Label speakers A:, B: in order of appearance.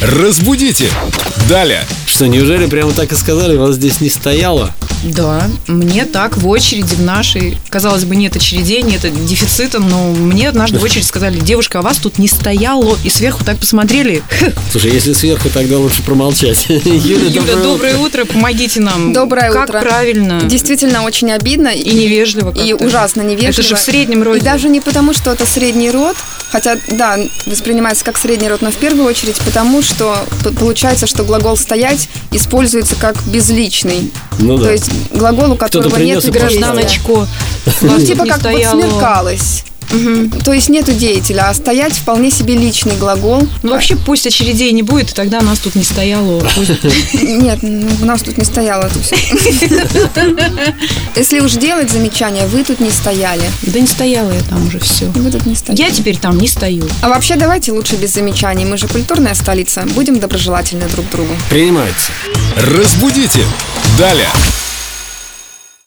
A: Разбудите! Далее!
B: Что, неужели прямо так и сказали, вас здесь не стояло?
C: Да, мне так в очереди в нашей, казалось бы, нет очередей, нет дефицита, но мне однажды в очередь сказали, девушка, а вас тут не стояло, и сверху так посмотрели.
B: Слушай, если сверху, тогда лучше промолчать. Юля,
C: Юля,
B: доброе
C: доброе утро, помогите нам.
D: Доброе
C: как
D: утро.
C: правильно
D: Действительно очень обидно
C: и невежливо.
D: и
C: как-то.
D: ужасно невежливо.
C: Это же в среднем
D: И
C: роде.
D: даже не потому, что это средний род, хотя, да, воспринимается как средний род, но в первую очередь потому, что п- получается, что глагол «стоять» используется как безличный.
B: Ну
D: То
B: да.
D: есть глагол, у которого
B: принес
D: нет
B: и поставил.
C: Гражданочко.
D: Ну,
C: Вас тут
D: типа
C: не
D: как
C: стояло.
D: вот смеркалось.
C: Мгм.
D: То есть нету деятеля, а стоять вполне себе личный глагол.
C: Ну вообще пусть очередей не будет, и тогда нас тут не стояло. Пусть-
D: Нет, ну, у нас тут не стояло это все. Если уж делать замечание, вы тут не стояли.
C: Да не стояла я там уже все.
D: Вы тут не стояли.
C: Я теперь там не стою.
D: А вообще давайте лучше без замечаний. Мы же культурная столица. Будем доброжелательны друг к другу.
B: Принимается.
A: Разбудите! Далее!